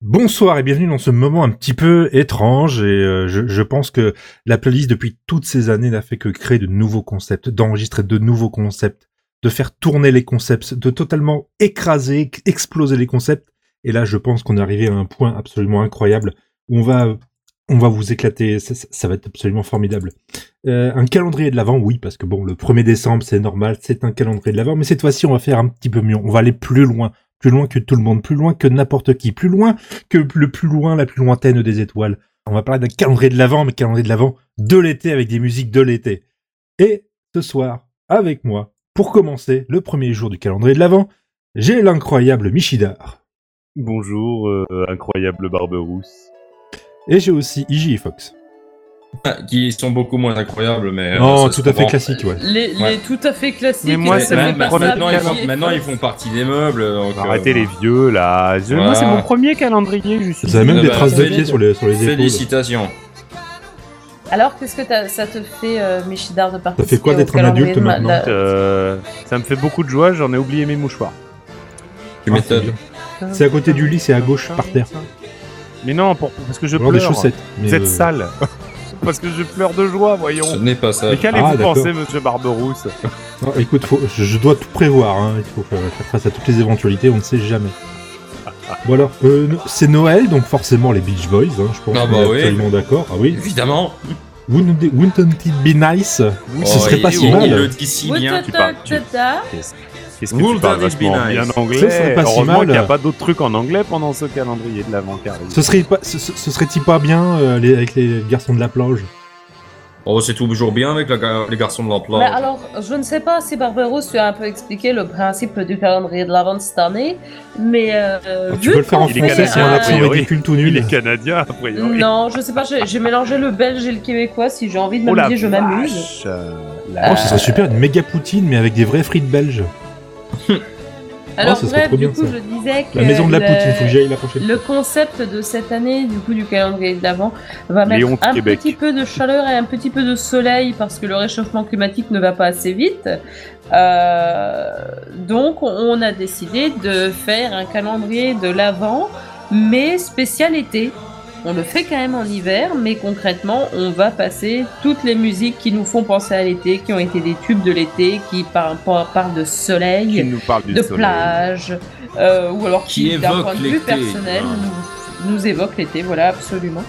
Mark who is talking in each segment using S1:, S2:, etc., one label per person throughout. S1: Bonsoir et bienvenue dans ce moment un petit peu étrange et euh, je, je pense que la playlist depuis toutes ces années n'a fait que créer de nouveaux concepts, d'enregistrer de nouveaux concepts, de faire tourner les concepts, de totalement écraser, exploser les concepts. Et là, je pense qu'on est arrivé à un point absolument incroyable où on va on va vous éclater, ça, ça- ça va être absolument formidable. Euh, un calendrier de l'avant, oui, parce que bon, le 1er décembre, c'est normal, c'est un calendrier de l'avant, mais cette fois-ci, on va faire un petit peu mieux, on va aller plus loin, plus loin que tout le monde, plus loin que n'importe qui, plus loin que le plus loin, la plus lointaine des étoiles. On va parler d'un calendrier de l'avant, mais calendrier de l'avant de l'été avec des musiques de l'été. Et ce soir, avec moi, pour commencer le premier jour du calendrier de l'avant, j'ai l'incroyable Michidar
S2: Bonjour, euh, incroyable Barberousse.
S1: et j'ai aussi Iji Fox.
S3: Ah, qui sont beaucoup moins incroyables, mais. euh,
S1: Non,
S3: ça
S1: tout
S3: se
S1: à fait
S3: comprend.
S1: classique, ouais.
S4: Euh, Les,
S3: Ouais.
S4: les tout à fait classiques.
S5: Mais moi,
S4: et
S3: Mais-
S5: c'est
S4: tout à
S5: mon
S3: mais-
S4: fait
S3: mais-
S5: premier
S3: maintenant, ils
S4: passable.
S3: font, maintenant, ils font partie des meubles. donc,
S2: Arrêtez
S3: euh,
S2: les vieux là. Je- Moi, c'est
S3: Ah.
S2: mon premier calendrier. Je suis.
S1: Vous avez même
S3: Ah
S1: des
S3: bah,
S1: traces de
S3: solide.
S1: pieds sur les, sur les épaules.
S3: Félicitations.
S4: Alors, qu'est-ce que t'as- ça te fait, euh, Michidar, de participer
S1: fait quoi
S4: au
S1: d'être un
S4: calendrier
S1: adulte
S4: de ma-
S1: maintenant
S4: la-
S2: Euh, ça me fait beaucoup de joie. J'en ai oublié mes mouchoirs.
S3: Tu
S1: Ah, c'est
S3: m'étonnes.
S1: bien. C'est à côté du lit, c'est à gauche, par terre.
S2: Mais non, pour- parce que je
S1: Ou alors
S2: pleure.
S1: des chaussettes. mais,
S2: Vous êtes
S1: euh,
S2: sale. parce que je pleure de joie,
S3: Ce
S2: voyons.
S3: n'est pas ça.
S2: Mais qu'allez-vous
S1: Ah, d'accord.
S2: penser, monsieur Barberousse
S1: non, écoute, faut- je, je dois tout prévoir. hein. Il faut faire faire face à toutes les éventualités. On ne sait jamais. Bon alors, euh, no- c'est Noël, donc forcément les Beach Boys. hein, je pense
S3: Ah
S1: qu'on
S3: bah
S1: est
S3: oui.
S1: absolument d'accord. Ah oui.
S3: Évidemment.
S1: Wouldn't it- wouldn't it be nice
S2: Oui,
S1: Ce serait
S3: il-
S1: pas si
S3: il-
S1: mal.
S3: Il le dit si bien.
S2: tu parles, tu-
S4: Ta-ta-ta-ta.
S2: Qu'est-ce que
S3: Wouldn't
S2: tu parles
S3: it be
S2: vachement
S3: nice
S2: bien anglais
S1: Ce serait pas si
S2: Heureusement
S1: mal.
S2: qu'il n'y a pas d'autres trucs en anglais pendant ce calendrier de l'avant carré.
S1: Ce serait pas, ce, ce- ce serait-il pas bien euh, les- avec les garçons de la plage
S2: Euh,
S3: Oh, c'est toujours bien avec la ga- les garçons de l'emploi.
S4: Mais alors, je ne sais pas si Barberousse, tu as un peu expliqué le principe du calendrier de l'avant de cette année, mais. euh,
S1: Ah, Tu
S4: vu
S1: peux le faire en
S4: qu'on fait
S1: français, c'est un
S4: un-
S1: accent
S2: priori.
S1: ridicule tout
S2: hein. Il
S1: nul. Mmh.
S2: est canadien, a priori.
S4: Non, je sais pas, j'ai j'ai mélangé le belge et le québécois. Si j'ai envie de
S2: Oh la
S4: m'amuser, je m'amuse.
S2: vache, euh,
S1: Oh,
S2: la-
S1: ce serait super, une méga poutine, mais avec des vraies frites belges.
S4: Alors,
S1: ce serait
S4: bref,
S1: trop
S4: du
S1: bien,
S4: coup,
S1: Oh, ça.
S4: je disais que.
S1: La maison de la
S4: le-
S1: poutine, faut que j'y aille la prochaine
S4: Le concept de cette année, du coup, du calendrier de l'Avent, va mettre
S2: Léon de
S4: un
S2: Québec.
S4: petit peu de chaleur et un petit peu de soleil parce que le réchauffement climatique ne va pas assez vite. Euh, donc, on a décidé de faire un calendrier de l'Avent, mais spécial été. On le fait quand même en hiver, mais concrètement, on va passer toutes les musiques qui nous font penser à l'été, qui ont été des tubes de l'été, qui par- par- parlent de soleil
S2: qui nous parle du
S4: de
S2: soleil.
S4: plage, euh, ou alors
S3: Qui
S4: qui, d'un
S3: évoque
S4: point de vue
S3: l'été, Ah.
S4: personnel,
S3: voilà.
S4: nous, nous évoque l'été, voilà, absolument.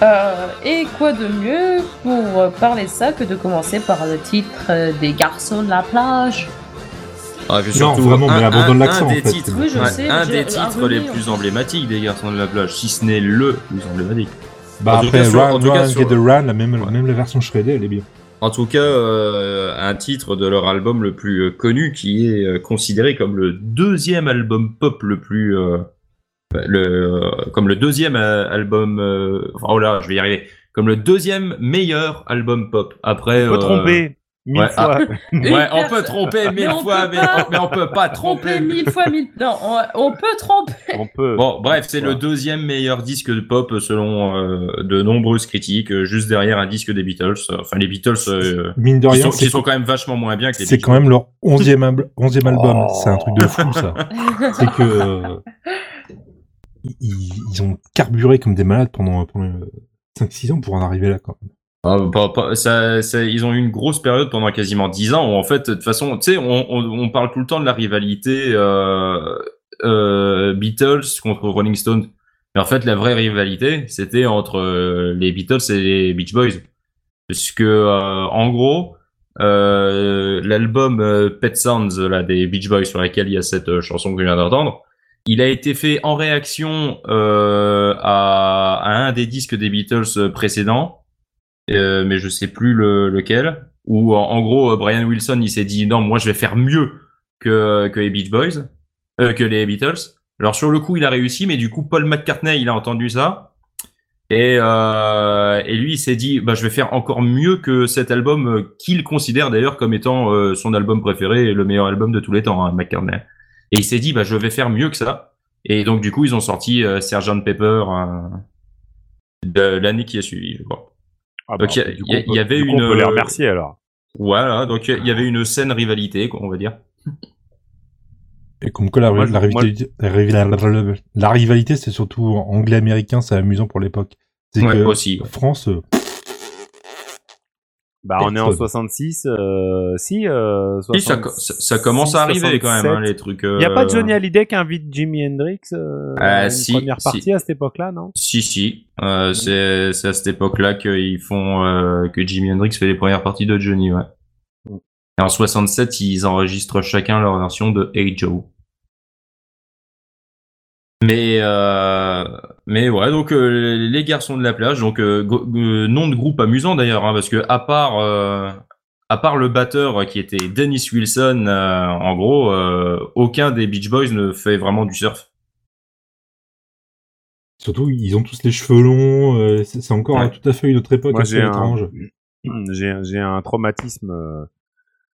S4: Euh, et quoi de mieux pour euh, parler de ça que de commencer par le titre euh, des garçons de la plage
S3: Ah, puis
S1: Non,
S3: surtout,
S1: vraiment,
S3: un-
S1: mais abandonne
S3: un-
S1: l'accent,
S3: un
S1: en
S3: des
S1: fait.
S3: titres-
S4: Oui, je
S3: ouais,
S4: sais,
S3: Un
S4: je-
S3: des
S4: ah,
S3: titres
S4: oui,
S3: les
S4: oui,
S3: plus
S4: on-
S3: emblématiques des garçons de la plage, si ce n'est le plus emblématique.
S1: Bah
S3: En tout
S1: après,
S3: cas, sur-
S1: Run,
S3: en tout cas,
S1: Run,
S3: sur-
S1: Get the Run, la même,
S3: Ouais.
S1: même la version shreddée, elle est bien.
S3: En tout cas, euh, un titre de leur album le plus euh, connu qui est euh, considéré comme le deuxième album pop le plus. euh, bah, le, comme le deuxième euh, album. euh, enfin, oh là, je vais y arriver. Comme le deuxième meilleur album pop. Après.
S2: On peut
S3: euh,
S2: tromper mille
S3: ouais,
S2: fois.
S4: Une
S3: Ouais, on
S4: perso-
S3: peut tromper mille
S4: on
S3: fois,
S4: peut
S3: mais,
S4: pas
S3: mais on peut pas tromper.
S4: Tromper mille fois mille. Non, on, on peut tromper.
S2: On peut.
S3: Bon, bref, c'est
S2: Voilà.
S3: le deuxième meilleur disque de pop selon euh, de nombreuses critiques, euh, juste derrière un disque des Beatles. Enfin, les Beatles, euh,
S1: Mine de
S3: qui,
S1: rien,
S3: sont, qui
S1: c'est-
S3: sont quand même vachement moins bien que les
S1: c'est quand même leur onzième, al- onzième album.
S2: Oh.
S1: C'est un truc de fou, ça. c'est que... euh, ils, ils ont carburé comme des malades pendant, pendant 5-6 ans pour en arriver là, quand même.
S3: Ah, pas- pas- ça, ça- ils ont eu une grosse période pendant quasiment 10 ans où en fait, de toute façon, tu sais, on, on, on parle tout le temps de la rivalité euh, euh, Beatles contre Rolling Stones. Mais en fait, la vraie rivalité, c'était entre euh, les Beatles et les Beach Boys. Parce que, euh, en gros, euh, l'album euh, Pet Sounds là, des Beach Boys sur laquelle il y a cette euh, chanson que je viens d'entendre, il a été fait en réaction euh, à, à un des disques des Beatles euh, précédents, euh, mais je sais plus le- lequel. Où en, en gros euh, Brian Wilson il s'est dit non moi je vais faire mieux que, que les Beach Boys, euh, que les Beatles. Alors sur le coup il a réussi, mais du coup Paul McCartney il a entendu ça et, euh, et lui il s'est dit bah je vais faire encore mieux que cet album euh, qu'il considère d'ailleurs comme étant euh, son album préféré et le meilleur album de tous les temps hein, McCartney. Et il s'est dit, bah, je vais faire mieux que ça. Et donc, du coup, ils ont sorti euh, Sgt. Pepper euh, de l'année qui a suivi, je crois.
S2: Ah bah,
S3: Donc, il y a-
S2: du coup,
S3: il y a-
S2: on peut-
S3: il y avait
S2: du coup, On
S3: une- euh,
S2: peut les remercier alors.
S3: Voilà, donc il y a- il y avait une saine rivalité, quoi, on va dire.
S1: Et comme que la,
S2: Moi, je-
S1: la, rivalité, la rival- la rivalité, c'est surtout anglais-américain, c'est amusant pour l'époque. C'est
S3: Ouais,
S1: que
S3: aussi.
S1: France, euh,
S2: Bah, on est en
S1: Personne.
S2: 66. Euh, si, euh,
S3: Oui, ça, co-
S2: 66,
S3: ça- ça commence à arriver quand même, hein,
S2: 67.
S3: les trucs.
S2: Il
S3: euh,
S2: n'y a pas Johnny Hallyday qui invite Jimi Hendrix euh, à une
S3: si,
S2: première
S3: si.
S2: partie à cette époque-là, non
S3: Si, si. Euh, c'est, c'est à cette époque-là qu'ils font, euh, que Jimi Hendrix fait les premières parties de Johnny, ouais. Et en 67, ils enregistrent chacun leur version de Hey Joe. Mais, euh, mais ouais, donc euh, les garçons de la plage, donc euh, go- euh, nom de groupe amusant d'ailleurs, hein, parce que à part, euh, à part le batteur euh, qui était Dennis Wilson, euh, en gros, euh, aucun des Beach Boys ne fait vraiment du surf.
S1: surtout, ils ont tous les cheveux longs, euh, c'est c'est encore
S3: Ouais.
S1: tout à fait une autre époque
S2: Moi,
S1: assez
S2: j'ai un-
S1: étrange.
S2: J'ai un- j'ai un traumatisme. euh,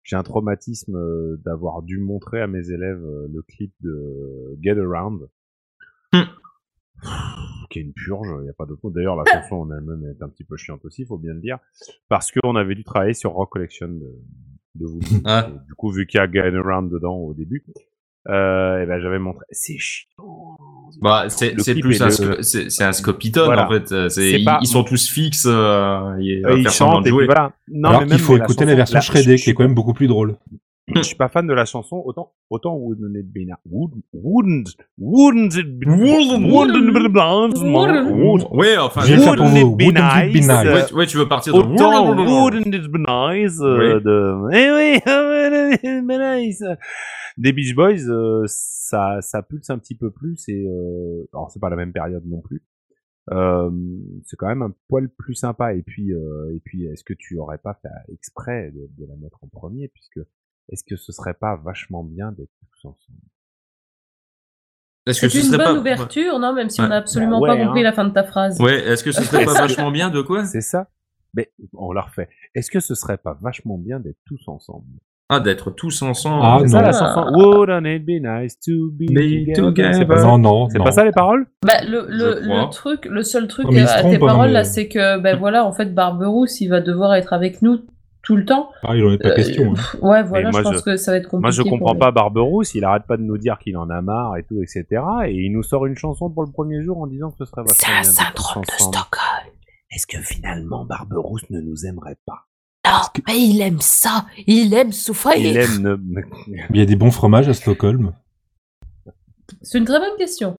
S2: J'ai un traumatisme euh, d'avoir dû montrer à mes élèves euh, le clip de Get Around,
S3: Hmm.
S2: qui est une purge. Il n'y a pas d'autre mot. D'ailleurs, la chanson en elle-même est un petit peu chiante aussi, faut bien le dire, parce qu'on avait dû travailler sur Rock Collection de, de Voodoo.
S3: Ah.
S2: Et Du coup, vu qu'il y a Get Around dedans au début, euh, et ben j'avais montré. C'est chiant.
S3: Bah, c'est
S2: Le
S3: c'est
S2: clip
S3: plus
S2: est
S3: un,
S2: de-
S3: sc- c'est c'est un scopitone
S2: Voilà.
S3: en fait. euh, C'est
S2: C'est
S3: ils,
S2: pas-
S3: ils sont tous fixes. Euh, il
S2: Euh, il chante et puis voilà. Non,
S1: Alors
S2: mais
S1: qu'il
S2: même
S1: faut
S2: la
S1: écouter
S2: chanson-
S1: la, version
S2: la-
S1: shreddée,
S2: je-
S1: qui est quand même beaucoup plus drôle.
S2: je suis pas fan de la chanson autant autant Wouldn't It Be Nice Wouldn't Wouldn't Wouldn't It Be
S3: Wouldn't-
S2: Wouldn't It Be Nice
S4: Wouldn't-
S2: Wouldn't-
S3: Ouais, enfin.
S1: J'ai
S3: ouais,
S1: ça pour
S2: Wouldn't it
S1: vous.
S2: be
S1: Wouldn't it be
S2: nice,
S1: nice?
S2: euh,
S3: ouais, tu- ouais, tu veux partir de.
S2: autant Wouldn't It Be Nice euh,
S3: Oui.
S2: de eh oui Wouldn't It Be Nice des Beach Boys euh, ça ça pulse un petit peu plus et euh, alors c'est pas la même période non plus euh, c'est quand même un poil plus sympa et puis euh, et puis est-ce que tu aurais pas fait exprès de, de la mettre en premier puisque est-ce que ce serait pas vachement bien d'être tous ensemble
S3: Est-ce que
S4: C'est
S3: ce
S4: une bonne
S3: serait pas.
S4: ouverture, non Même si
S3: Ouais.
S4: on n'a absolument
S2: Bah ouais,
S4: pas compris
S2: hein.
S4: la fin de ta phrase.
S3: Ouais, est-ce que ce serait pas
S2: Est-ce que-
S3: vachement bien de quoi
S2: C'est ça Mais on la refait. Est-ce que ce serait pas vachement bien d'être tous ensemble
S3: Ah, d'être tous ensemble.
S1: Ah,
S2: C'est
S1: non.
S2: ça la chanson Wouldn't it be nice to be together C'est
S3: Be together.
S2: pas ça
S1: Non, non,
S2: C'est
S1: non.
S2: pas ça les paroles
S4: Bah, le, le,
S3: Je crois.
S4: le truc, le seul truc euh,
S1: Oh, mais il se
S4: à
S1: trompe,
S4: tes
S1: hein,
S4: paroles là,
S1: mais-
S4: c'est que ben voilà, en fait, Barberousse, il va devoir être avec nous tout le temps.
S1: Ah, il en est pas
S4: Euh,
S1: question. hein.
S4: pff, Ouais, voilà,
S2: Et moi,
S4: je pense
S2: je-
S4: que ça va être compliqué.
S2: Moi je
S4: pour
S2: comprends
S4: lui.
S2: pas Barberousse, il arrête pas de nous dire qu'il en a marre et tout, etc. Et il nous sort une chanson pour le premier jour en disant que ce serait
S5: C'est
S2: vachement
S5: un
S2: bien. d'être tous
S5: syndrome de
S2: ensemble.
S5: Stockholm.
S2: Est-ce que finalement Barberousse ne nous aimerait pas
S5: Non, mais il aime ça. Ah, Il aime souffrir.
S2: Il aime ne...
S1: Il y a des bons fromages à Stockholm.
S4: C'est une très bonne question.